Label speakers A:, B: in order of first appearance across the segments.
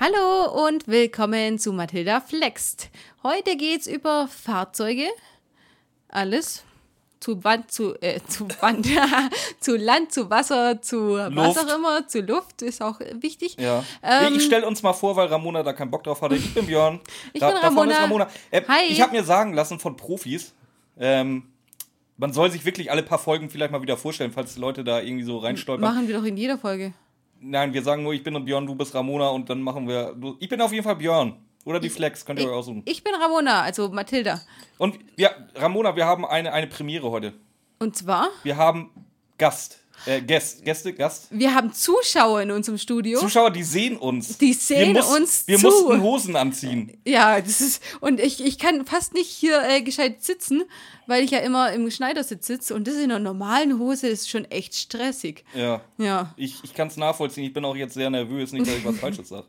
A: Hallo und willkommen zu Mathilda Flext. Heute geht's über Fahrzeuge. Alles. Zu Wand, zu, äh, zu Wand, zu Land, zu Wasser, zu was
B: Luft.
A: auch immer, zu Luft, ist auch wichtig.
B: Ja. oh
A: Ähm,
B: ich stelle uns mal vor, weil Ramona da keinen Bock drauf hatte. Ich bin Björn.
A: Ich
B: da,
A: bin
B: da vorne ist
A: Ramona.
B: Ramona. Äh,
A: Hi.
B: Ich habe mir sagen lassen von Profis, ähm, man soll sich wirklich alle paar Folgen vielleicht mal wieder vorstellen, falls die Leute da irgendwie so reinstolpern.
A: Machen wir doch in jeder Folge.
B: Nein, wir sagen nur, ich bin und Björn, du bist Ramona und dann machen wir. Du, ich bin auf jeden Fall Björn. Oder die Flex, könnt ihr euch aussuchen.
A: Ich bin Ramona, also Mathilda.
B: Und ja, Ramona, wir haben eine, eine Premiere heute.
A: Und zwar,
B: Wir haben Gast. Äh, Gäste, Gäste, Gast.
A: wir haben Zuschauer in unserem Studio.
B: Zuschauer, die sehen uns.
A: Die sehen
B: wir muss-
A: uns
B: Wir
A: zu.
B: mussten Hosen anziehen.
A: Ja, das ist. Und ich, ich kann fast nicht hier äh, gescheit sitzen, weil ich ja immer im Schneidersitz sitze. Und das in einer normalen Hose ist schon echt stressig.
B: Ja.
A: Ja,
B: Ich, ich kann es nachvollziehen, ich bin auch jetzt sehr nervös, nicht, dass ich was Falsches sage.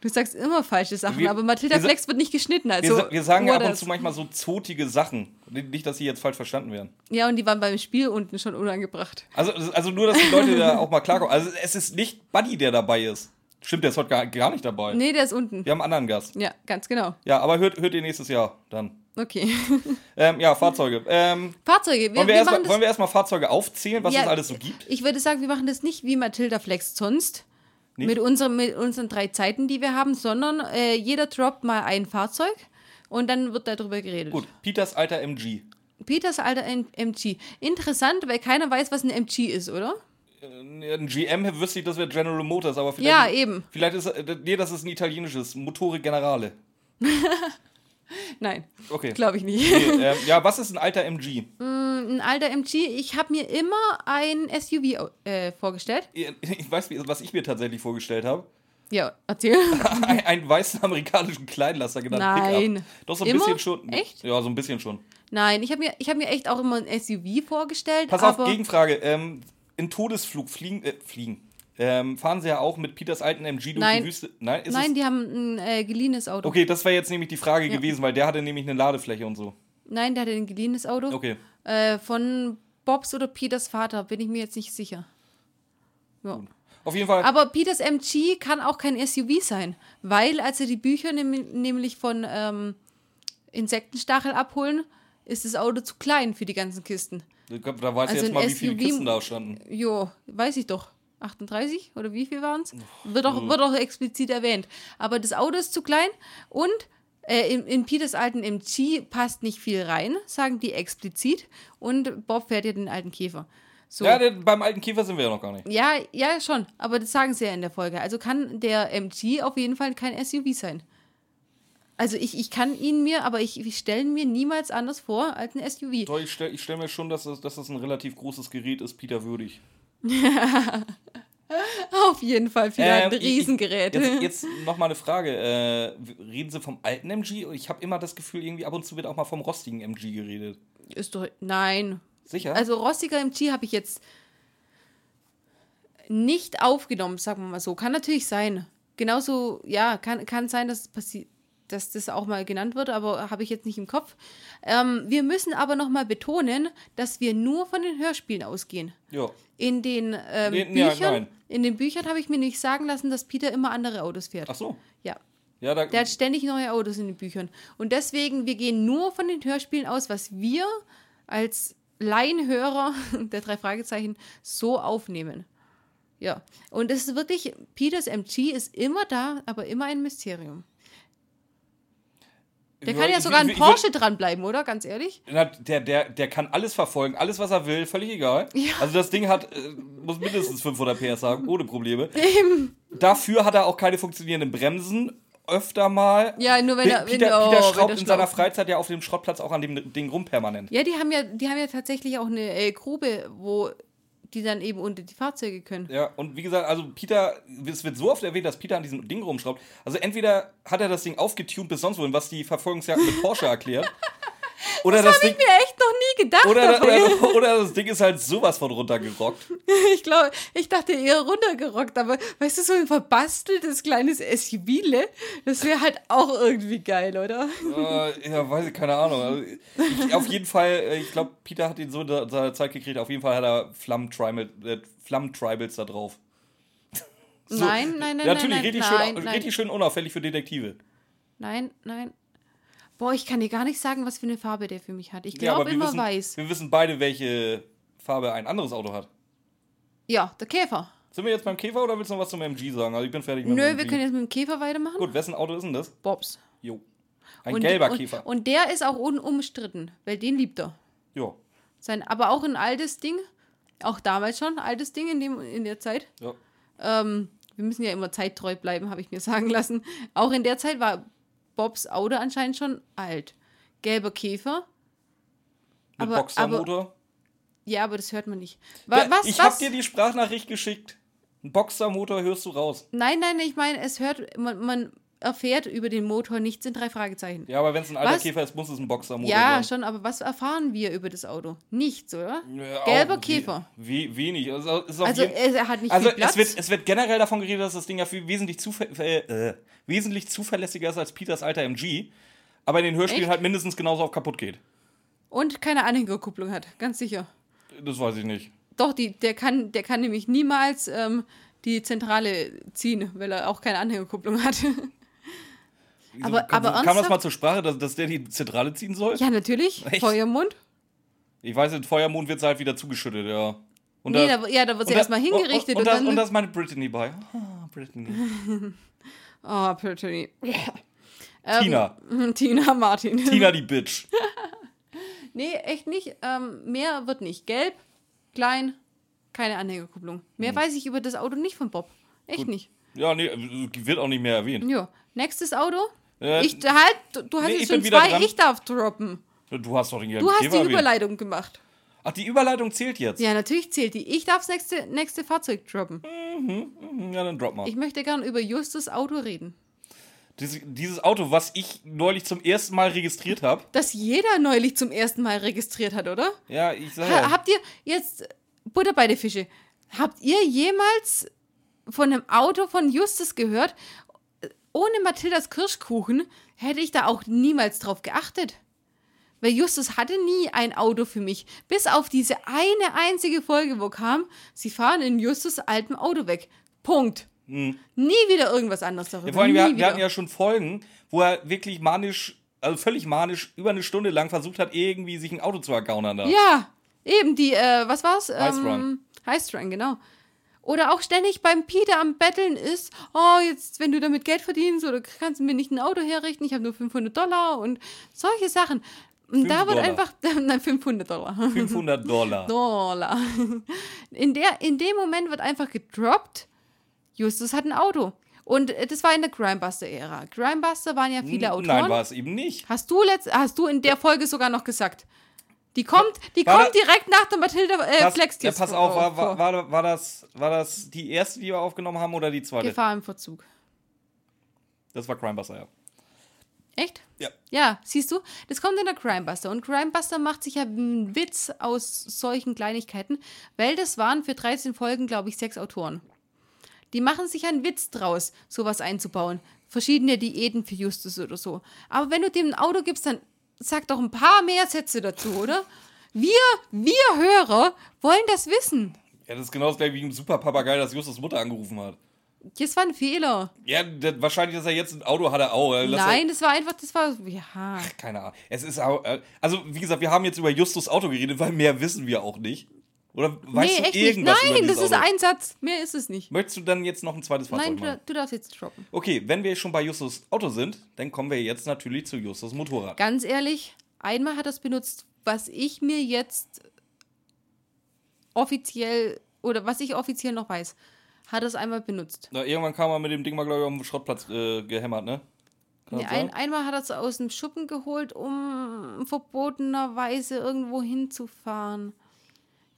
A: du sagst immer falsche Sachen,
B: Wir-
A: aber Mathilda
B: wir sa-
A: Flex wird nicht geschnitten.
B: Wir,
A: Also
B: sa- wir sagen ja ab
A: oder-
B: und zu manchmal so zotige Sachen. Nicht, dass sie jetzt falsch verstanden werden.
A: Ja, und die waren beim Spiel unten schon unangebracht.
B: Also, also nur, dass die Leute da auch mal klarkommen. Also es ist nicht Buddy, der dabei ist. Stimmt, der ist heute gar, gar nicht dabei.
A: Nee, der ist unten.
B: Wir haben einen anderen Gast.
A: Ja, ganz genau.
B: Ja, aber hört, hört ihr nächstes Jahr dann.
A: Okay.
B: Ähm, ja, Fahrzeuge. Ähm,
A: Fahrzeuge. Wir, wir
B: wollen wir,
A: machen
B: erstmal,
A: das.
B: wollen wir erstmal Fahrzeuge aufzählen, was
A: Ja,
B: es alles so gibt?
A: Ich würde sagen, wir machen das nicht wie Matilda Flex sonst.
B: Nicht?
A: Mit, unserem, mit unseren drei Zeiten, die wir haben, sondern äh, jeder droppt mal ein Fahrzeug und dann wird darüber geredet.
B: Gut, Peters alter MG.
A: Peters alter M- MG. Interessant, weil keiner weiß, was ein MG ist, oder?
B: Äh, Ein GM wüsste ich, das wäre General Motors, aber vielleicht.
A: Ja, eben.
B: Vielleicht ist. äh, Nee, das ist ein italienisches. Motore Generale.
A: Nein,
B: Okay.
A: glaube ich nicht.
B: Nee, ähm, ja, was ist ein alter MG?
A: Ein alter MG. Ich habe mir immer ein SUV au- äh, vorgestellt.
B: Ich weiß, wie- was ich mir tatsächlich vorgestellt habe.
A: Ja, erzähl.
B: Ein- Einen weißen amerikanischen Kleinlaster genannt.
A: Nein.
B: Pickup. Doch so ein
A: Immer?
B: bisschen schon.
A: Echt?
B: Ja, so ein bisschen schon.
A: Nein, ich habe mir, ich hab mir echt auch immer ein SUV vorgestellt.
B: Pass
A: aber
B: auf, Gegenfrage. Ähm, in Todesflug fliegen. Äh, fliegen. Ähm, fahren sie ja auch mit Peters alten MG durch
A: Nein.
B: die Wüste. Nein, ist
A: Nein,
B: es.
A: die haben ein äh, geliehenes Auto.
B: Okay, das wäre jetzt nämlich die Frage gewesen, weil der hatte nämlich eine Ladefläche und so.
A: Nein, der hatte ein geliehenes Auto.
B: Okay.
A: Äh, von Bobs oder Peters Vater, bin ich mir jetzt nicht sicher. Ja.
B: Auf jeden Fall.
A: Aber Peters MG kann auch kein SUV sein, weil als sie die Bücher nem nämlich von ähm, Insektenstachel abholen, ist das Auto zu klein für die ganzen Kisten.
B: da weißt du
A: also
B: jetzt
A: ein
B: mal, wie viele
A: SUV
B: Kisten da standen.
A: Jo, weiß ich doch. 38 oder wie viel waren es? Wird
B: hm.
A: doch wird auch explizit erwähnt. Aber das Auto ist zu klein und äh, in, in Peters alten MG passt nicht viel rein, sagen die explizit. Und Bob fährt ja den alten Käfer. So.
B: Ja, der, beim alten Käfer sind wir ja noch gar nicht.
A: Ja, ja, schon. Aber das sagen sie ja in der Folge. Also kann der MG auf jeden Fall kein SUV sein. Also ich, ich kann ihn mir, aber ich, ich stelle ihn mir niemals anders vor als ein SUV.
B: Doch, ich stelle ich stell mir schon, dass das, dass das ein relativ großes Gerät ist, Peter würdig.
A: Auf jeden Fall für ein
B: Ähm, ich- ich-
A: Riesengerät.
B: Jetzt, jetzt nochmal eine Frage. Äh, reden Sie vom alten MG? Ich habe immer das Gefühl, irgendwie ab und zu wird auch mal vom rostigen MG geredet.
A: Ist doch. Nein.
B: Sicher?
A: Also rostiger MG habe ich jetzt nicht aufgenommen, sagen wir mal so. Kann natürlich sein. Genauso, ja, kann, kann sein, dass es passiert. Dass das auch mal genannt wird, aber habe ich jetzt nicht im Kopf. Ähm, wir müssen aber nochmal betonen, dass wir nur von den Hörspielen ausgehen.
B: ja.
A: In den ähm,
B: Nee, nee,
A: Büchern,
B: nein.
A: in den Büchern habe ich mir nicht sagen lassen, dass Peter immer andere Autos fährt.
B: Ach so.
A: Ja,
B: Ja, da,
A: der hat ständig neue Autos in den Büchern. Und deswegen, wir gehen nur von den Hörspielen aus, was wir als Laienhörer der drei Fragezeichen so aufnehmen. Ja. Und es ist wirklich, Peters MG ist immer da, aber immer ein Mysterium. Der kann ja
B: ich-
A: sogar
B: ich-
A: an
B: ich-
A: Porsche dranbleiben, oder? Ganz ehrlich?
B: Na, der, der, der kann alles verfolgen, alles, was er will, völlig egal. Also das Ding hat, äh, muss mindestens 500 PS haben, ohne Probleme. Dafür hat er auch keine funktionierenden Bremsen, öfter mal.
A: Ja, nur wenn
B: Pe-
A: er- wenn-
B: Peter,
A: oh,
B: Peter
A: wenn
B: schraubt
A: der
B: in seiner
A: schlaubt.
B: Freizeit ja auf dem Schrottplatz auch an dem Ding rum permanent.
A: Ja, die haben ja, die haben ja tatsächlich auch eine äh, Grube, wo die dann eben unter die Fahrzeuge können.
B: Ja, und wie gesagt, also Peter, es wird so oft erwähnt, dass Peter an diesem Ding rumschraubt. Also entweder hat er das Ding aufgetunt bis sonst wohin, was die Verfolgungsjagd mit Porsche erklärt. Oder das, Ding,
A: Ich mir echt noch nie gedacht.
B: oder,
A: dabei.
B: oder, oder das Ding ist halt sowas von runtergerockt.
A: Ich glaube, ich dachte eher runtergerockt, aber weißt du, so ein verbasteltes kleines SUV, das wäre halt auch irgendwie geil, oder?
B: äh, ja, weiß ich, keine Ahnung. Also, ich, auf jeden Fall, äh, ich glaube, Peter hat ihn so in der- seiner Zeit gekriegt. Auf jeden Fall hat er Flammen-Tribal, äh, Flammen-Tribals da drauf. So,
A: Nein, nein, nein,
B: Natürlich,
A: nein,
B: richtig,
A: nein,
B: schön,
A: nein, nein.
B: richtig schön unauffällig für Detektive.
A: Nein, nein. Boah, ich kann dir gar nicht sagen, was für eine Farbe der für mich hat. Ich
B: Ja,
A: glaube
B: aber wir
A: immer
B: wissen,
A: weiß.
B: Wir wissen beide, welche Farbe ein anderes Auto hat.
A: Ja, der Käfer.
B: Sind wir jetzt beim Käfer oder willst du noch was zum MG sagen? Also ich bin fertig mit
A: Nö,
B: dem MG.
A: wir können jetzt mit dem Käfer weitermachen.
B: Gut, wessen Auto ist denn das?
A: Bobs.
B: Jo. Ein gelber
A: und,
B: Käfer.
A: Und der ist auch unumstritten, weil den liebt er.
B: jo.
A: Sein, aber auch ein altes Ding, auch damals schon, altes Ding in, dem, in der Zeit.
B: Ja.
A: Ähm, wir müssen ja immer zeittreu bleiben, habe ich mir sagen lassen. Auch in der Zeit war Bobs Auto anscheinend schon alt. Gelber Käfer.
B: Mit
A: Aber-
B: Boxermotor.
A: Ja, aber das hört man nicht. Wa-
B: Ja,
A: was,
B: ich
A: was?
B: hab dir die Sprachnachricht geschickt. Ein Boxermotor hörst du raus.
A: Nein, nein, ich meine, es hört, man, man erfährt über den Motor nichts in drei Fragezeichen.
B: Ja, aber wenn es ein alter
A: Was?
B: Käfer ist, muss es ein Boxermotor
A: Ja,
B: sein.
A: schon, aber was erfahren wir über das Auto? Nichts, oder?
B: Ja,
A: Gelber
B: auch
A: Käfer.
B: We we wenig. Also, es ist auf
A: Also
B: jeden,
A: er er hat nicht
B: also
A: viel Platz.
B: es, wird, es wird generell davon geredet, dass das Ding ja viel wesentlich, zuver äh, äh, wesentlich zuverlässiger ist als Peters alter MG. Aber in den Hörspielen
A: Echt?
B: halt mindestens genauso auf kaputt geht.
A: und keine Anhängerkupplung hat, ganz sicher.
B: Das weiß ich nicht.
A: Doch, die, der, kann, der kann nämlich niemals ähm, die Zentrale ziehen, weil er auch keine Anhängerkupplung hat. Aber- aber
B: kam, kam das
A: ernsthaft?
B: mal zur Sprache, dass, dass der die Zentrale ziehen soll?
A: ja, natürlich.
B: Echt?
A: Feuermund.
B: Ich weiß, in Feuermond wird halt wieder zugeschüttet, ja. Und
A: nee,
B: das-
A: da, ja, da wird sie
B: und das-
A: erstmal hingerichtet
B: Und, und, und, das,
A: dann.
B: und das ist meine Brittany bei. Ah, Brittany.
A: oh, Brittany. Ähm.
B: Tina.
A: hm, Tina Martin.
B: Tina die Bitch.
A: Nee, echt nicht. Ähm, mehr wird nicht. Gelb, klein, keine Anhängerkupplung. Mehr
B: Hm.
A: weiß ich über das Auto nicht von Bob. Echt nicht.
B: Ja, nee, wird auch nicht mehr erwähnt.
A: Jo. Nächstes Auto.
B: Äh,
A: ich halt, du, du hast
B: nee, ich
A: jetzt
B: bin
A: schon
B: wieder
A: zwei,
B: dran.
A: ich darf droppen.
B: Du hast doch den
A: Du hast
B: Käfer
A: die
B: erwähnt.
A: Überleitung gemacht.
B: Ach, die Überleitung zählt jetzt.
A: Ja, natürlich zählt die. Ich darfs nächste, nächste Fahrzeug droppen.
B: Ja, dann drop mal.
A: Ich möchte gern über Justus Auto reden.
B: Dies, dieses Auto, was ich neulich zum ersten Mal registriert habe.
A: Das jeder neulich zum ersten Mal registriert hat, oder?
B: Ja, ich sag
A: Ha,
B: ja.
A: habt ihr jetzt äh, Butter bei der Fische? Habt ihr jemals von einem Auto von Justus gehört? Äh, Ohne Mathildas Kirschkuchen hätte ich da auch niemals drauf geachtet. Weil Justus hatte nie ein Auto für mich. Bis auf diese eine einzige Folge, wo kam, sie fahren in Justus altem Auto weg. Punkt. Nie wieder irgendwas anderes darüber.
B: Hm. Ja, vor allem,
A: Nie
B: wir, wir
A: wieder.
B: hatten ja schon Folgen, wo er wirklich manisch, also völlig manisch, über eine Stunde lang versucht hat, irgendwie sich ein Auto zu ergaunern. Da.
A: Ja, eben die, äh, was war's?
B: Heist Run.
A: Heist Run, genau. Oder auch ständig beim Peter am Betteln ist, oh, jetzt, wenn du damit Geld verdienst oder kannst du mir nicht ein Auto herrichten, ich habe nur 500 Dollar und solche Sachen. Und da
B: Fünf
A: wird
B: Dollar.
A: einfach, nein, 500 Dollar.
B: 500 Dollar.
A: Dollar. In, der, in dem Moment wird einfach gedroppt, Justus hat ein Auto. Und äh, das war in der Grimebuster-Ära. Grimebuster waren ja viele Autoren.
B: Hm, Nein, war es eben nicht.
A: Hast du letzt, hast du in der Folge sogar noch gesagt? Die kommt, die
B: War
A: kommt
B: da-
A: direkt nach der Mathilda äh, Oh,
B: Pass,
A: Flex.
B: ja, pass auf, war, war, war, war, das, war das die erste, die wir aufgenommen haben oder die zweite?
A: Gefahr im Verzug.
B: Das war Crimebuster, ja.
A: Echt?
B: Ja.
A: Ja, siehst du, das kommt in der Crimebuster. Und Crimebuster macht sich ja einen Witz aus solchen Kleinigkeiten, weil das waren für 13 Folgen, glaube ich, sechs Autoren. Die machen sich einen Witz draus, sowas einzubauen. Verschiedene Diäten für Justus oder so. Aber wenn du dem ein Auto gibst, dann sag doch ein paar mehr Sätze dazu, oder? Wir, wir Hörer wollen das wissen.
B: Ja, das ist genau das gleiche wie im Superpapagei, das Justus Mutter angerufen hat.
A: Das war ein Fehler.
B: Ja, das, wahrscheinlich, dass er jetzt ein Auto hat, er auch. Lass er-
A: Nein, das war einfach, das war. Ja.
B: Keine Ahnung. Es ist auch, äh, also wie gesagt, wir haben jetzt über Justus Auto geredet, weil mehr wissen wir auch nicht. Oder weißt du irgendwas
A: Nein,
B: über dieses
A: das ist
B: Auto?
A: ein Satz. Mehr ist es nicht.
B: Möchtest du dann jetzt noch ein zweites Fahrzeug
A: Nein, du,
B: machen?
A: du darfst jetzt droppen.
B: Okay, wenn wir schon bei Justus Auto sind, dann kommen wir jetzt natürlich zu Justus Motorrad.
A: Ganz ehrlich, einmal hat er es benutzt, was ich mir jetzt offiziell oder was ich offiziell noch weiß, hat er es einmal benutzt.
B: Na, irgendwann kam er mit dem Ding mal, glaube ich, auf dem Schrottplatz äh, gehämmert, ne? Kann
A: Nee,
B: das sein?
A: ein, einmal hat er es aus dem Schuppen geholt, um verbotenerweise irgendwo hinzufahren.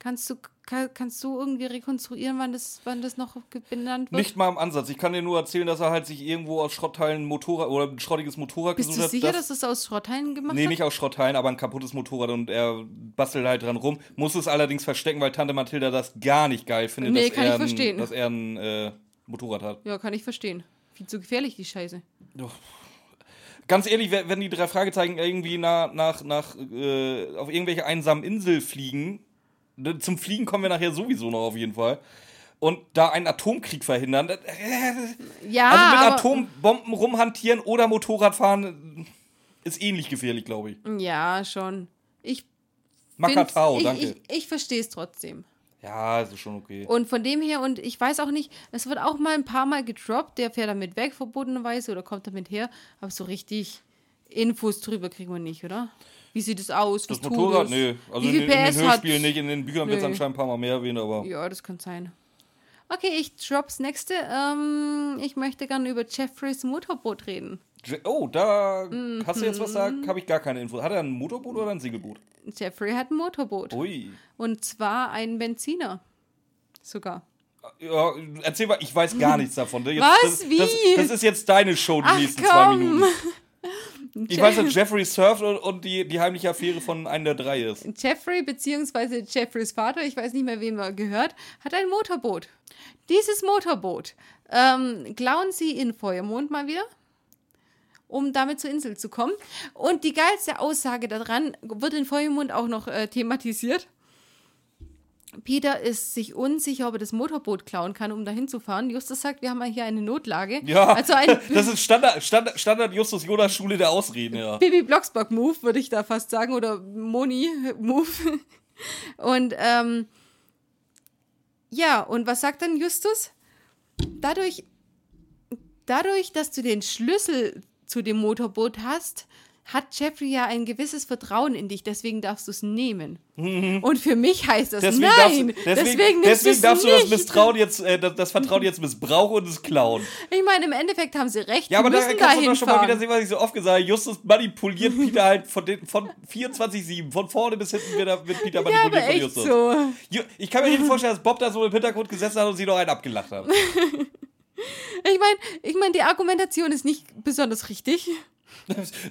A: Kannst du, kann, kannst du irgendwie rekonstruieren, wann das, wann das noch ge- benannt wird?
B: Nicht mal im Ansatz. Ich kann dir nur erzählen, dass er halt sich irgendwo aus Schrottteilen ein Motorrad oder ein schrottiges Motorrad
A: Bist
B: gesucht
A: du
B: hat.
A: sicher,
B: das-
A: dass es aus Schrottteilen gemacht
B: Nee,
A: hat?
B: nicht aus Schrottteilen, aber ein kaputtes Motorrad und er bastelt halt dran rum. Muss es allerdings verstecken, weil Tante Mathilda das gar nicht geil findet,
A: Nee,
B: dass,
A: kann
B: er
A: ich
B: ein,
A: verstehen.
B: dass er ein äh, Motorrad hat.
A: Ja, kann ich verstehen. Viel zu gefährlich, die Scheiße.
B: Ganz ehrlich, wer- wenn die drei Fragezeichen irgendwie nach, nach, nach äh, auf irgendwelche einsamen Inseln fliegen, ne, zum Fliegen kommen wir nachher sowieso noch auf jeden Fall. und da einen Atomkrieg verhindern. Äh,
A: Ja,
B: Also mit
A: Ah, aber,
B: Atombomben rumhantieren oder Motorradfahren ist ähnlich gefährlich, glaube ich.
A: ja, schon. Ich find's-
B: Makatao,
A: ich,
B: danke.
A: Ich, Oh, ich verstehe es trotzdem.
B: ja, ist schon okay.
A: Und von dem her, und ich weiß auch nicht, es wird auch mal ein paar Mal gedroppt, der fährt damit weg, verbotenerweise, oder kommt damit her, aber so richtig Infos drüber kriegen wir nicht, oder? Wie sieht es aus?
B: Das
A: Was tut
B: Motorrad,
A: es?
B: nee. Also
A: Wie
B: in,
A: viel
B: den- in den
A: PS hat
B: Hörspielen nicht, in den Büchern wird es
A: Nö.
B: anscheinend ein paar Mal mehr erwähnt, aber
A: Ja, das kann sein. Okay, ich drop's nächste. Ähm, ich möchte gerne über Jeffreys Motorboot reden.
B: Je- Oh, da
A: Mhm.
B: hast du jetzt was da, habe ich gar keine Info. Hat er ein Motorboot oder ein Segelboot?
A: Jeffrey hat ein Motorboot.
B: Ui.
A: Und zwar ein Benziner. Sogar.
B: Ja, erzähl mal, ich weiß gar nichts davon. Jetzt,
A: Was?
B: Das,
A: Wie?
B: Das, das ist jetzt deine Show die
A: Ach,
B: nächsten zwei
A: komm.
B: Minuten. Ich weiß, dass Jeffrey surft und, und die, die heimliche Affäre von einem der drei ist.
A: Jeffrey bzw. Jeffreys Vater, ich weiß nicht mehr, wem er gehört, hat ein Motorboot. Dieses Motorboot ähm, klauen sie in Feuermond mal wieder, um damit zur Insel zu kommen. Und die geilste Aussage daran wird in Feuermond auch noch äh, thematisiert. Peter ist sich unsicher, ob er das Motorboot klauen kann, um dahin zu fahren. Justus sagt, wir haben hier eine Notlage.
B: Ja,
A: also ein
B: das ist Standard, Standard, Standard Justus Jonas Schule der Ausreden, ja.
A: Bibi Blocksberg Move, würde ich da fast sagen, oder Moni Move. Und ähm, ja, und was sagt dann Justus? Dadurch, dadurch, dass du den Schlüssel zu dem Motorboot hast, hat Jeffrey ja ein gewisses Vertrauen in dich, deswegen darfst du es nenen. Und für mich heißt das
B: Mhm. Deswegen darfst, du-
A: nein.
B: deswegen, deswegen,
A: deswegen nimmst du's
B: darfst du das
A: nicht.
B: Misstrauen jetzt, äh, das, das Vertrauen jetzt missbrauchen und es klauen.
A: Ich meine, im Endeffekt haben sie recht.
B: Ja, aber
A: wir
B: da
A: müssen
B: kannst du doch schon mal
A: fahren.
B: wieder sehen, was ich so oft gesagt habe. Justus manipuliert Peter halt von, den- von 24-7. Von vorne bis hinten wird, er- wird
A: ja,
B: Peter manipuliert
A: aber
B: von
A: echt
B: Justus.
A: so.
B: Ju- Ich kann mir nicht vorstellen, dass Bob da so im Hintergrund gesessen hat und sie noch einen abgelacht hat.
A: Ich meine, ich mein, die Argumentation ist nicht besonders richtig.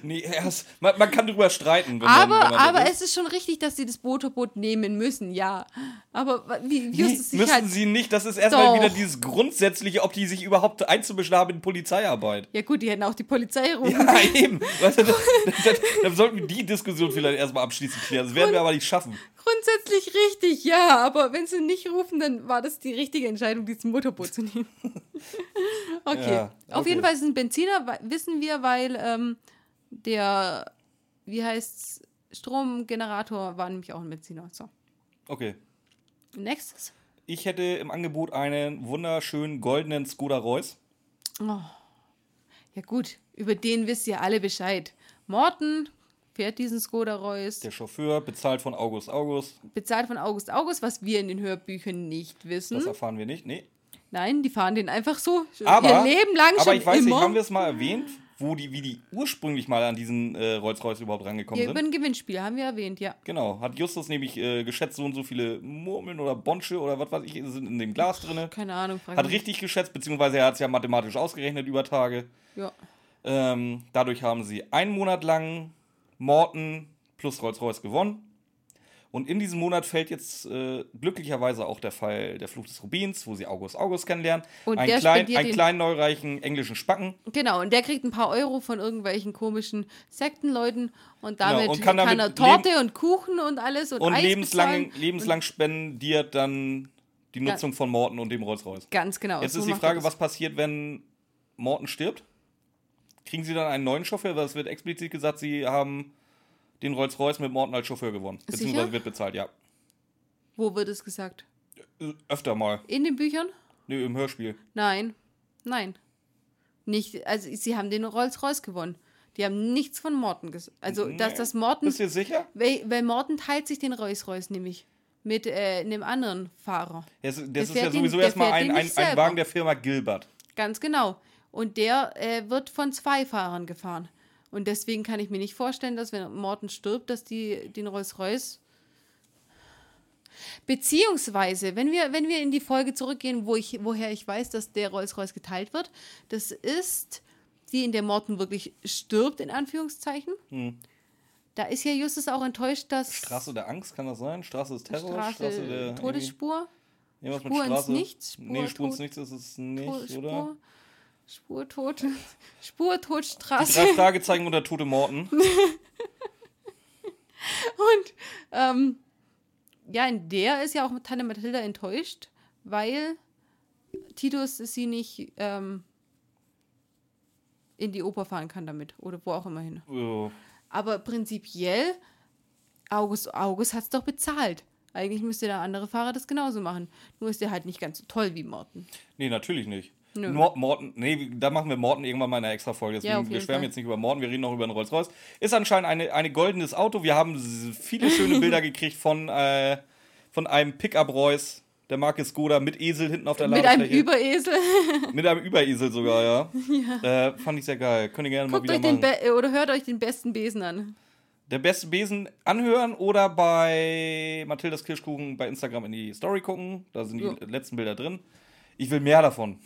B: nee, erst, man, man kann drüber streiten. Wenn
A: Aber,
B: man, wenn man
A: aber
B: das-
A: es ist schon richtig, dass sie das Motorboot nehmen müssen, ja. Aber wa- wie wie
B: Nee,
A: Justus sich
B: Hm, müssen
A: halt.
B: sie nicht. Das ist erstmal
A: Doch.
B: wieder dieses Grundsätzliche, ob die sich überhaupt einzumischen haben in Polizeiarbeit.
A: Ja, gut, die hätten auch die Polizei rufen.
B: Ja, eben. Weißt du, das- das- das- Dann sollten wir die Diskussion vielleicht erstmal abschließend klären. Das werden wir aber nicht schaffen.
A: Grundsätzlich richtig, ja. Aber wenn sie nicht rufen, dann war das die richtige Entscheidung, dieses Motorboot zu nehmen. okay.
B: Ja,
A: Auf
B: okay.
A: jeden Fall ist es ein Benziner, wei- wissen wir, weil ähm, der, wie heißt Stromgenerator war nämlich auch ein Benziner. So.
B: Okay.
A: Nächstes.
B: Ich hätte im Angebot einen wunderschönen goldenen Skoda Reus.
A: Oh. Ja gut, über den wisst ihr alle Bescheid. Morten fährt diesen Skoda Reus,
B: Der Chauffeur, bezahlt von August August.
A: bezahlt von August August, was wir in den Hörbüchern nicht
B: Das
A: wissen.
B: erfahren wir nicht. Nee.
A: Nein, die fahren den einfach so sch-
B: Aber,
A: ihr Leben lang
B: aber
A: schon
B: ich weiß
A: immer.
B: nicht, haben wir es mal erwähnt, wo die, wie die ursprünglich mal an diesen äh, Rolls-Royce überhaupt rangekommen
A: ja, über
B: sind?
A: ein Gewinnspiel haben wir erwähnt, ja.
B: Genau, hat Justus nämlich äh, geschätzt, so und so viele Murmeln oder Bonsche oder was weiß ich, sind in dem Glas drin.
A: Keine Ahnung, frag
B: Hat
A: mich.
B: richtig geschätzt, beziehungsweise er hat es ja mathematisch ausgerechnet über Tage.
A: Ja.
B: Ähm, dadurch haben sie einen Monat lang Morton plus Rolls-Royce gewonnen. Und in diesem Monat fällt jetzt äh, glücklicherweise auch der Fall der Fluch des Rubins, wo sie August August kennenlernen.
A: Und
B: einen
A: der
B: kleinen,
A: spendiert
B: einen
A: ihn-
B: kleinen neureichen englischen Spacken.
A: Genau, und der kriegt ein paar Euro von irgendwelchen komischen Sektenleuten und damit
B: Genau, und kann
A: kann,
B: damit
A: er Torte und Kuchen und alles und,
B: Und
A: Eis
B: lebenslang,
A: bezahlen.
B: lebenslang spendiert dann die Nutzung von Morton und dem Rolls-Royce.
A: Ganz genau.
B: Jetzt
A: so
B: ist die
A: macht er
B: Frage,
A: das.
B: was passiert, wenn Morton stirbt? Kriegen sie dann einen neuen Chauffeur? Weil es wird explizit gesagt, sie haben den Rolls-Royce mit Morton als Chauffeur gewonnen. Beziehungsweise
A: Sicher?
B: wird bezahlt, ja.
A: Wo wird es gesagt?
B: Ö- Öfter mal.
A: In den Büchern?
B: Nee, im Hörspiel.
A: Nein, nein. Nicht, also sie haben den Rolls-Royce gewonnen. Die haben nichts von Morten gesagt. Also, dass
B: Nee.
A: das Morten.
B: Bist du dir sicher?
A: Weil, weil Morten teilt sich den Rolls-Royce nämlich mit äh, einem anderen Fahrer.
B: Das, das ist
A: fährt
B: ja
A: den-
B: sowieso
A: der
B: erstmal
A: fährt den
B: ein, ein,
A: nicht
B: ein
A: selber.
B: Wagen der Firma Gilbert.
A: Ganz genau. Und der äh, wird von zwei Fahrern gefahren. Und deswegen kann ich mir nicht vorstellen, dass wenn Morten stirbt, dass die den Rolls-Royce. Beziehungsweise, wenn wir, wenn wir in die Folge zurückgehen, wo ich, woher ich weiß, dass der Rolls-Royce geteilt wird, das ist die, in der Morten wirklich stirbt, in Anführungszeichen. Da ist ja Justus auch enttäuscht, dass
B: Hm. Straße der Angst, kann das sein? Straße äh, des Terrors?
A: Straße,
B: der.
A: Todesspur.
B: irgendwie- irgendwas mit
A: Spur ins
B: Straße.
A: Nichts, Spur,
B: nee, Spur ins
A: Tod-
B: Nichts ist es nicht,
A: Spur,
B: oder?
A: Spur, Spur, Tod, Spur, Tod, Straße.
B: Drei Fragezeichen unter Tote Morten.
A: Und ähm, ja, in der ist ja auch Tante Mathilda enttäuscht, weil Titus sie nicht ähm, in die Oper fahren kann damit oder wo auch immer hin.
B: Ja.
A: Aber prinzipiell, August, August hat es doch bezahlt. Eigentlich müsste der andere Fahrer das genauso machen. Nur ist der halt nicht ganz so toll wie Morten.
B: Nee, natürlich nicht.
A: Nö.
B: Nur Morten, nee, da machen wir Morten irgendwann mal in einer extra Folge. Deswegen,
A: Ja, auf jeden
B: wir schwärmen
A: Fall.
B: jetzt nicht über Morten, wir reden noch über einen Rolls-Royce. Ist anscheinend eine, eine goldenes Auto. Wir haben s- viele schöne Bilder gekriegt von, äh, von einem Pickup-Royce der Marke Skoda mit Esel hinten auf der
A: Mit einem
B: Ladefläche.
A: Überesel.
B: mit einem Überesel sogar, ja. Äh, fand ich sehr geil. Könnt ihr gerne
A: Guckt
B: mal
A: euch
B: wieder
A: den
B: machen.
A: Be oder hört euch den besten Besen an.
B: Der beste Besen anhören oder bei Mathildas Kirschkuchen bei Instagram in die Story gucken. Da sind die
A: Ja.
B: letzten Bilder drin. Ich will mehr davon.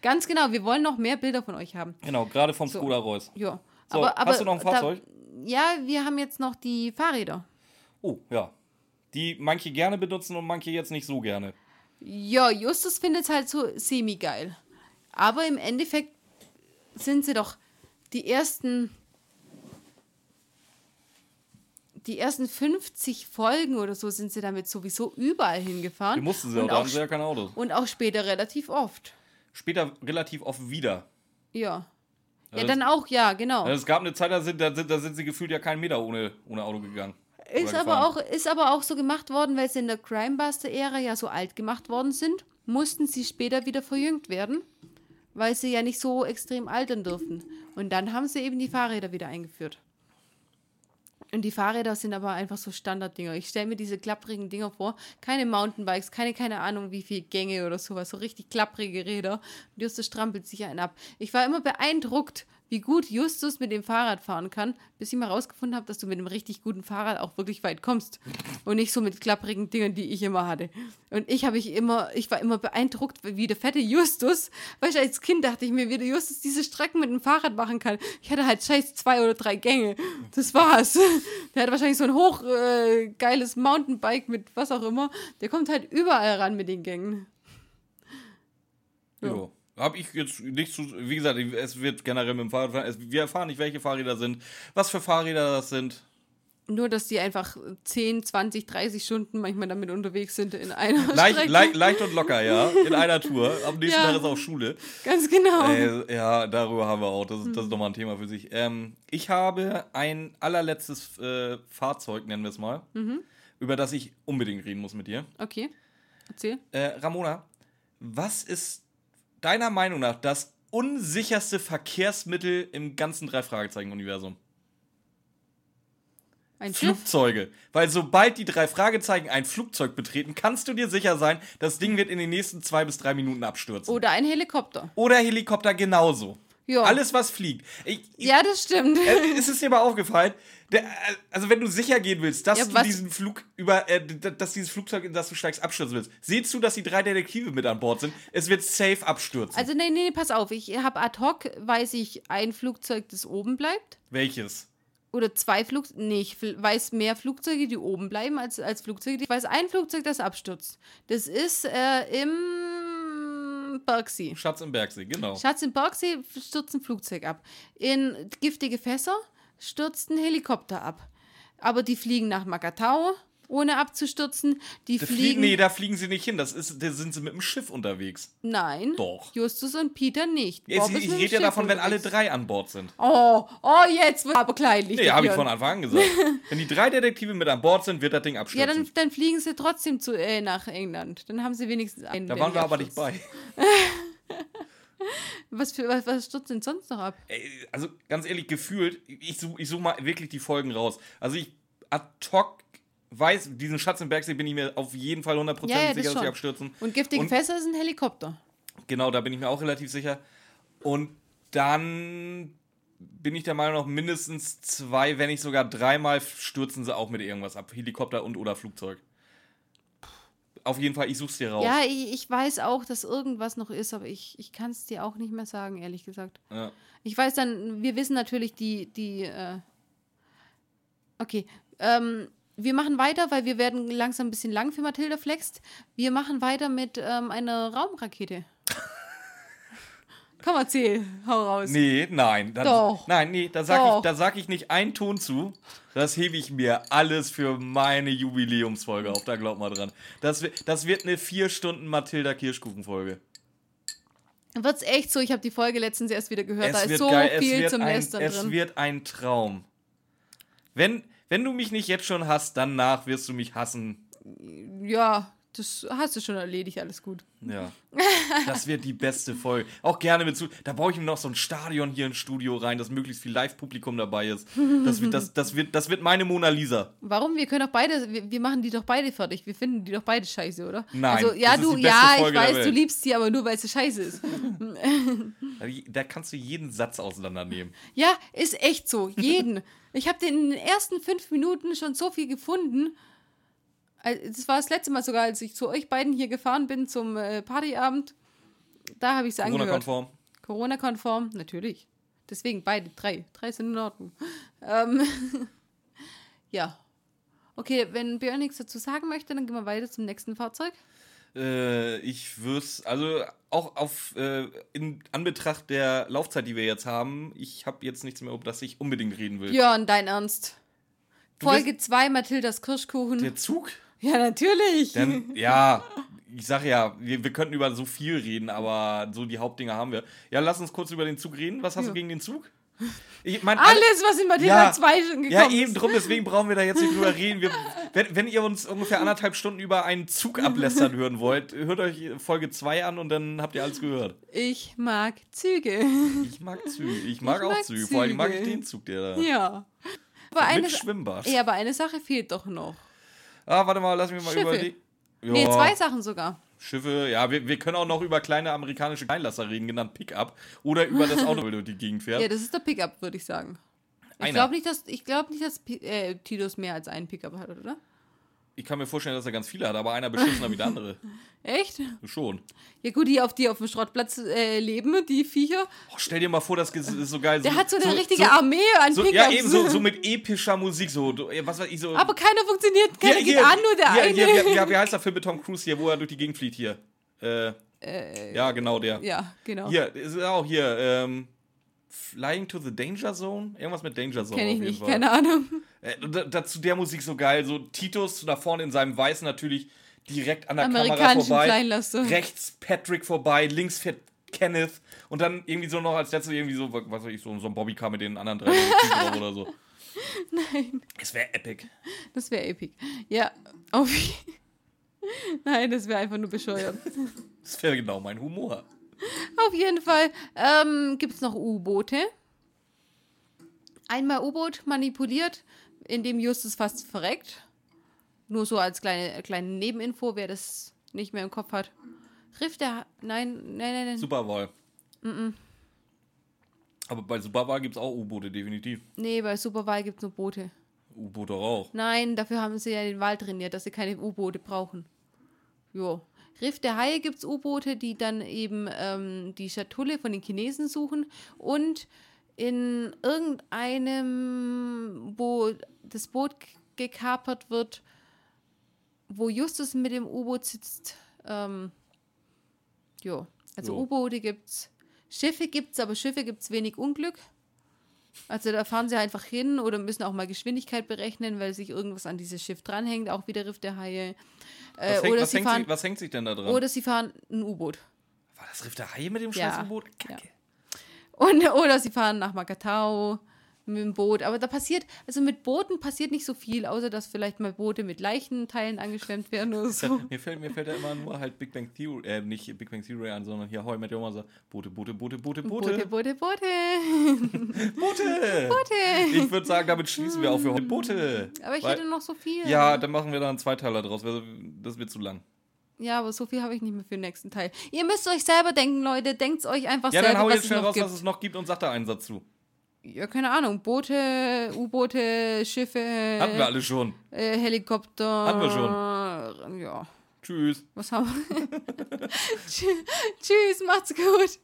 A: Ganz genau, wir wollen noch mehr Bilder von euch haben.
B: Genau, gerade vom Skoda-Royce.
A: Ja.
B: So, hast du noch ein Fahrzeug?
A: Da, ja, wir haben jetzt noch die Fahrräder.
B: Oh, ja. Die manche gerne benutzen und manche jetzt nicht so gerne.
A: Ja, Justus findet es halt so semi-geil. Aber im Endeffekt sind sie doch die ersten. Die ersten 50 Folgen oder so sind sie damit sowieso überall hingefahren.
B: Die mussten sie auch,
A: und
B: da hatten sie
A: sp-
B: ja kein Auto.
A: Und auch später relativ oft.
B: Später relativ oft wieder.
A: Ja. Ja,
B: das-
A: dann auch, ja, genau.
B: Also es gab eine Zeit, da sind, da sind, da sind sie gefühlt ja keinen Meter ohne, ohne Auto gegangen.
A: Ist
B: Oder
A: aber,
B: gefahren.
A: auch, ist aber auch so gemacht worden, weil sie in der Crimebuster-Ära ja so alt gemacht worden sind, mussten sie später wieder verjüngt werden, weil sie ja nicht so extrem altern durften. Und dann haben sie eben die Fahrräder wieder eingeführt. Und die Fahrräder sind aber einfach so Standarddinger. Ich stelle mir diese klapprigen Dinger vor. Keine Mountainbikes, keine, keine Ahnung, wie viel Gänge oder sowas. So richtig klapprige Räder. Und Justus strampelt sich einen ab. Ich war immer beeindruckt, wie gut Justus mit dem Fahrrad fahren kann, bis ich mal rausgefunden habe, dass du mit einem richtig guten Fahrrad auch wirklich weit kommst. Und nicht so mit klapprigen Dingern, die ich immer hatte. Und ich habe ich immer, ich war immer beeindruckt, wie der fette Justus, weil ich als Kind dachte ich mir, wie der Justus diese Strecken mit dem Fahrrad machen kann. Ich hatte halt scheiß zwei oder drei Gänge. Das war's. Der hat wahrscheinlich so ein hochgeiles äh, geiles Mountainbike mit was auch immer. Der kommt halt überall ran mit den Gängen. Ja.
B: Jo. Hab ich jetzt nicht zu. Wie gesagt, es wird generell mit dem Fahrrad fahren. Es, wir erfahren nicht, welche Fahrräder sind, was für Fahrräder das sind.
A: Nur, dass die einfach 10, 20, 30 Stunden manchmal damit unterwegs sind in einer
B: Leicht,
A: Strecke.
B: leicht, leicht und locker, ja. In einer Tour. Am nächsten
A: Ja.
B: Tag ist auch Schule.
A: Ganz genau.
B: Äh, ja, darüber haben wir auch. Das, ist- das
A: Hm.
B: ist nochmal ein Thema für sich. Ähm, ich habe ein allerletztes äh, Fahrzeug, nennen wir es mal,
A: Mhm.
B: über das ich unbedingt reden muss mit dir.
A: Okay, erzähl.
B: Äh, Ramona, was ist deiner Meinung nach das unsicherste Verkehrsmittel im ganzen Drei-Fragezeichen-Universum?
A: Ein Schiff?
B: Flugzeuge. Weil sobald die drei Fragezeichen ein Flugzeug betreten, kannst du dir sicher sein, das Ding wird in den nächsten zwei bis drei Minuten abstürzen.
A: Oder ein Helikopter.
B: Oder Helikopter genauso.
A: Ja.
B: Alles, was fliegt. Ich, ich,
A: Ja, das stimmt.
B: Äh, ist es dir mal aufgefallen? Der, äh, also wenn du sicher gehen willst, dass
A: Ja,
B: du
A: was-
B: diesen Flug über, äh, d- dass dieses Flugzeug, in das du steigst, abstürzen willst, siehst du, dass die drei Detektive mit an Bord sind? Es wird safe abstürzen.
A: Also, nee, nee, nee, pass auf. Ich habe ad hoc, weiß ich, ein Flugzeug, das oben bleibt.
B: Welches?
A: Oder zwei Flugzeuge. Nee, ich fl- weiß mehr Flugzeuge, die oben bleiben, als, als Flugzeuge, die. Ich weiß ein Flugzeug, das abstürzt. Das ist äh, im Bergsee.
B: Schatz im Bergsee, genau.
A: Schatz, im Bergsee stürzt ein Flugzeug ab. In giftige Fässer stürzt ein Helikopter ab. Aber die fliegen nach Makatao, ohne abzustürzen. Die
B: da fliegen,
A: fliegen.
B: nee, da fliegen sie nicht hin. Das ist, da sind sie mit dem Schiff unterwegs.
A: Nein.
B: Doch.
A: Justus und Peter nicht.
B: Ich,
A: Bob ist
B: ich
A: mit dem
B: rede ja
A: Schiff
B: davon, wenn alle
A: unterwegs.
B: drei an Bord sind.
A: Oh, oh, jetzt wird aber kleinlich.
B: Nee,
A: der
B: habe ich
A: Björn.
B: von Anfang an gesagt. wenn die drei Detektive mit an Bord sind, wird das Ding
A: Ja,
B: abstürzen.
A: dann, dann fliegen sie trotzdem zu, äh, nach England. Dann haben sie wenigstens einen.
B: da waren wir aber nicht
A: Absturz.
B: bei.
A: Was, für, was, was stürzt denn sonst noch ab?
B: Ey, also ganz ehrlich, gefühlt, ich suche ich such mal wirklich die Folgen raus. Also ich ad hoc weiß, diesen Schatz im Bergsee bin ich mir auf jeden Fall 100%
A: Ja, ja, das
B: sicher, dass
A: schon.
B: sie abstürzen.
A: Und giftige
B: Und-
A: Fässer ist ein Helikopter.
B: Genau, da bin ich mir auch relativ sicher. Und dann bin ich der Meinung noch mindestens zwei, wenn nicht sogar dreimal stürzen sie auch mit irgendwas ab. Helikopter und oder Flugzeug. Auf jeden Fall, ich such's dir raus.
A: Ja, ich, ich weiß auch, dass irgendwas noch ist, aber ich, ich kann es dir auch nicht mehr sagen, ehrlich gesagt.
B: Ja.
A: Ich weiß dann, wir wissen natürlich die, die, äh okay, ähm, wir machen weiter, weil wir werden langsam ein bisschen lang für Mathilda Flext. Wir machen weiter mit ähm, einer Raumrakete. Komm, erzähl, hau raus.
B: Nee, nein. Dann,
A: Doch.
B: Nein, nee, da sag,
A: Doch.
B: Ich, da sag ich nicht einen Ton zu. Das hebe ich mir alles für meine Jubiläumsfolge auf, da glaub mal dran. Das, wi- das wird eine vier Stunden Mathilda Kirschkuchen-Folge.
A: Dann Wird's echt so, ich habe die Folge letztens erst wieder gehört, da
B: Es
A: ist
B: wird
A: so
B: geil, es
A: viel
B: wird
A: zum
B: ein,
A: Lästern
B: Es
A: drin.
B: wird ein Traum. Wenn, wenn du mich nicht jetzt schon hast, danach wirst du mich hassen.
A: Ja, das hast du schon erledigt, alles gut.
B: Ja. Das wird die beste Folge. Auch gerne mit zu. Da baue ich mir noch so ein Stadion hier ins Studio rein, dass möglichst viel Live-Publikum dabei ist. Das wird, das, das, wird, das wird meine Mona Lisa.
A: Warum? Wir können doch beide, wir, wir machen die doch beide fertig. Wir finden die doch beide scheiße, oder?
B: Nein,
A: Also, ja,
B: das ist
A: du,
B: die beste
A: ja, ich
B: Folge der
A: weiß, du
B: Welt.
A: liebst sie, aber nur weil sie scheiße ist.
B: Da- Also, Da kannst du jeden Satz auseinandernehmen.
A: Ja, ist echt so. Jeden. ich habe den in den ersten fünf Minuten schon so viel gefunden. Also, Das war das letzte Mal sogar, als ich zu euch beiden hier gefahren bin zum äh, Partyabend. Da habe ich sie angehört.
B: Corona-konform.
A: Corona-konform, natürlich. Deswegen beide, drei. Drei sind in Ordnung. Ähm, ja. Okay, wenn Björn nichts dazu sagen möchte, dann gehen wir weiter zum nächsten Fahrzeug.
B: Äh, ich würde also auch auf äh, in Anbetracht der Laufzeit, die wir jetzt haben, ich habe jetzt nichts mehr, über das ich unbedingt reden will.
A: Björn, dein Ernst.
B: Du bist-
A: Folge 2, Mathildas Kirschkuchen.
B: Der Zug?
A: ja, natürlich.
B: Dann, ja, ich sag ja, wir, wir könnten über so viel reden, aber so die Hauptdinge haben wir. Ja, lass uns kurz über den Zug reden. Was hast
A: Ja. Ah,
B: du gegen den Zug? Ich mein,
A: Alles, was in Mathilda
B: Ja.
A: 2 schon gekommen
B: Ja, eben
A: ist.
B: drum, deswegen brauchen wir da jetzt nicht drüber reden. Wir, wenn, wenn ihr uns ungefähr anderthalb Stunden über einen Zug ablästern hören wollt, hört euch Folge 2 an und dann habt ihr alles gehört.
A: Ich mag Züge.
B: Ich mag Züge. Ich mag
A: Ich
B: auch
A: mag
B: Züge. Vor allem mag ich
A: Züge.
B: den Zug, der da.
A: Ja. Aber eine,
B: Mit Schwimmbad.
A: ja, aber eine Sache fehlt doch noch.
B: Ah, warte mal, lass mich mal
A: Schiffe.
B: überlegen. Ja,
A: Nee, zwei Sachen sogar.
B: Schiffe, ja, wir, wir können auch noch über kleine amerikanische Kleinlasser reden, genannt Pickup. Oder über das Auto, wenn du die Gegend fährt.
A: Ja, das ist der Pickup, würde ich sagen. Ich
B: Einer.
A: glaube nicht, dass, ich glaub nicht, dass Pi- äh, Titus mehr als einen Pickup hat, oder?
B: Ich kann mir vorstellen, dass er ganz viele hat, aber einer beschissener wie der andere.
A: Echt?
B: Schon.
A: Ja gut, die auf die auf dem Schrottplatz äh, leben, die Viecher.
B: Oh, stell dir mal vor, das ist ist so geil.
A: Der hat so eine richtige
B: so,
A: Armee an
B: so,
A: Pickups.
B: Ja, eben so, so mit epischer Musik. So, du- was weiß ich, so.
A: Aber keiner funktioniert, keiner
B: Hier,
A: geht
B: hier,
A: an, nur der
B: hier,
A: eine.
B: Hier, hier, ja, wie heißt der Film mit Tom Cruise hier, wo er durch die Gegend flieht hier? Äh, ja, genau der.
A: ja, genau.
B: Hier, ist auch hier. Ähm, Flying to the Danger Zone? Irgendwas mit Danger Zone.
A: Kenne ich
B: auf jeden
A: nicht,
B: Fall.
A: keine Ahnung.
B: Äh, und da- dazu der Musik so geil. So Titus da vorne in seinem Weißen natürlich direkt an der Kamera
A: Amerikanischen
B: vorbei.
A: Kleinlaster.
B: Rechts Patrick vorbei, links fährt Kenneth und dann irgendwie so noch als letzte irgendwie so, was weiß ich, so, so ein Bobbycar mit den anderen drei Typen drauf oder so.
A: Nein,
B: Es wäre epic.
A: das wäre epic. Ja, auf Nein, das wäre einfach nur bescheuert.
B: Das wäre genau mein Humor.
A: Auf jeden Fall ähm, gibt es noch U-Boote. Einmal U-Boot manipuliert, indem Justus fast verreckt. Nur so als kleine, kleine Nebeninfo, wer das nicht mehr im Kopf hat. Riff der. Nein, nein, nein, nein.
B: Superwahl. Aber bei Superwahl gibt es auch U-Boote, definitiv.
A: Nee, bei Superwahl gibt es nur Boote.
B: U-Boote auch.
A: Nein, dafür haben sie ja den Wald trainiert, dass sie keine U-Boote brauchen. Jo. Riff der Haie gibt es U-Boote, die dann eben ähm, die Schatulle von den Chinesen suchen und in irgendeinem, wo das Boot k- gekapert wird, wo Justus mit dem U-Boot sitzt. Ähm, jo. Also
B: Jo.
A: U-Boote gibt's. Schiffe gibt's, aber Schiffe gibt's wenig Unglück. Also da fahren sie einfach hin oder müssen auch mal Geschwindigkeit berechnen, weil sich irgendwas an dieses Schiff dranhängt, auch wieder Riff der Haie. Äh,
B: Was, hängt,
A: oder,
B: was,
A: sie
B: hängt
A: fahren,
B: sich, was hängt sich denn da dran?
A: oder sie fahren ein U-Boot.
B: War das Riff der Haie mit dem
A: Ja.
B: scheiß U-Boot? Kacke.
A: Und, oder sie fahren nach Makatao mit dem Boot. Aber da passiert, also mit Booten passiert nicht so viel, außer dass vielleicht mal Boote mit Leichenteilen angeschwemmt werden oder so.
B: Mir fällt, mir fällt da immer nur halt Big Bang Theory, äh, nicht Big Bang Theory an, sondern hier How I Met Your Mother. Boote, Boote, Boote, Boote,
A: Boote,
B: Boote,
A: Boote, Boote.
B: Boote. Ich würde sagen, damit schließen wir auch für heute. Boote.
A: Aber ich
B: Weil-
A: hätte noch so viel.
B: Ja, dann machen wir da einen Zweiteiler draus. weil Das wird zu lang.
A: Ja, aber so viel habe ich nicht mehr für den nächsten Teil. Ihr müsst euch selber denken, Leute. Denkt euch einfach
B: Ja, dann
A: selber,
B: hau
A: was
B: jetzt
A: es
B: schnell
A: noch
B: raus,
A: gibt.
B: was es noch gibt und sag da einen Satz zu.
A: Ja, keine Ahnung. Boote, U-Boote, Schiffe,
B: Hatten wir alle schon.
A: äh, Helikopter.
B: Hatten wir
A: schon. Ja,
B: Tschüss.
A: was haben wir? Tschü- Tschüss, macht's gut.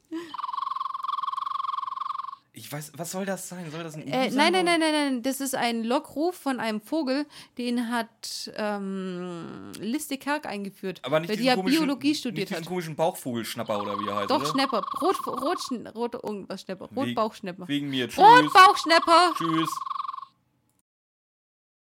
B: Ich weiß, was soll das sein? Soll das ein
A: Äh, nein, nein, nein, nein, nein. Das ist ein Lockruf von einem Vogel, den hat ähm, Liste Kerk eingeführt,
B: Aber nicht
A: weil die
B: diesen
A: ja
B: komischen,
A: Biologie
B: nicht
A: studiert
B: diesen
A: hat.
B: komischen Bauchvogelschnapper oder wie er heißt.
A: Doch,
B: oder?
A: Schnepper. Rot, Rot, Rot, Rot irgendwas Schnepper.
B: Wegen-
A: Rotbauchschnepper.
B: Wegen mir. Tschüss.
A: Rotbauchschnepper!
B: Tschüss.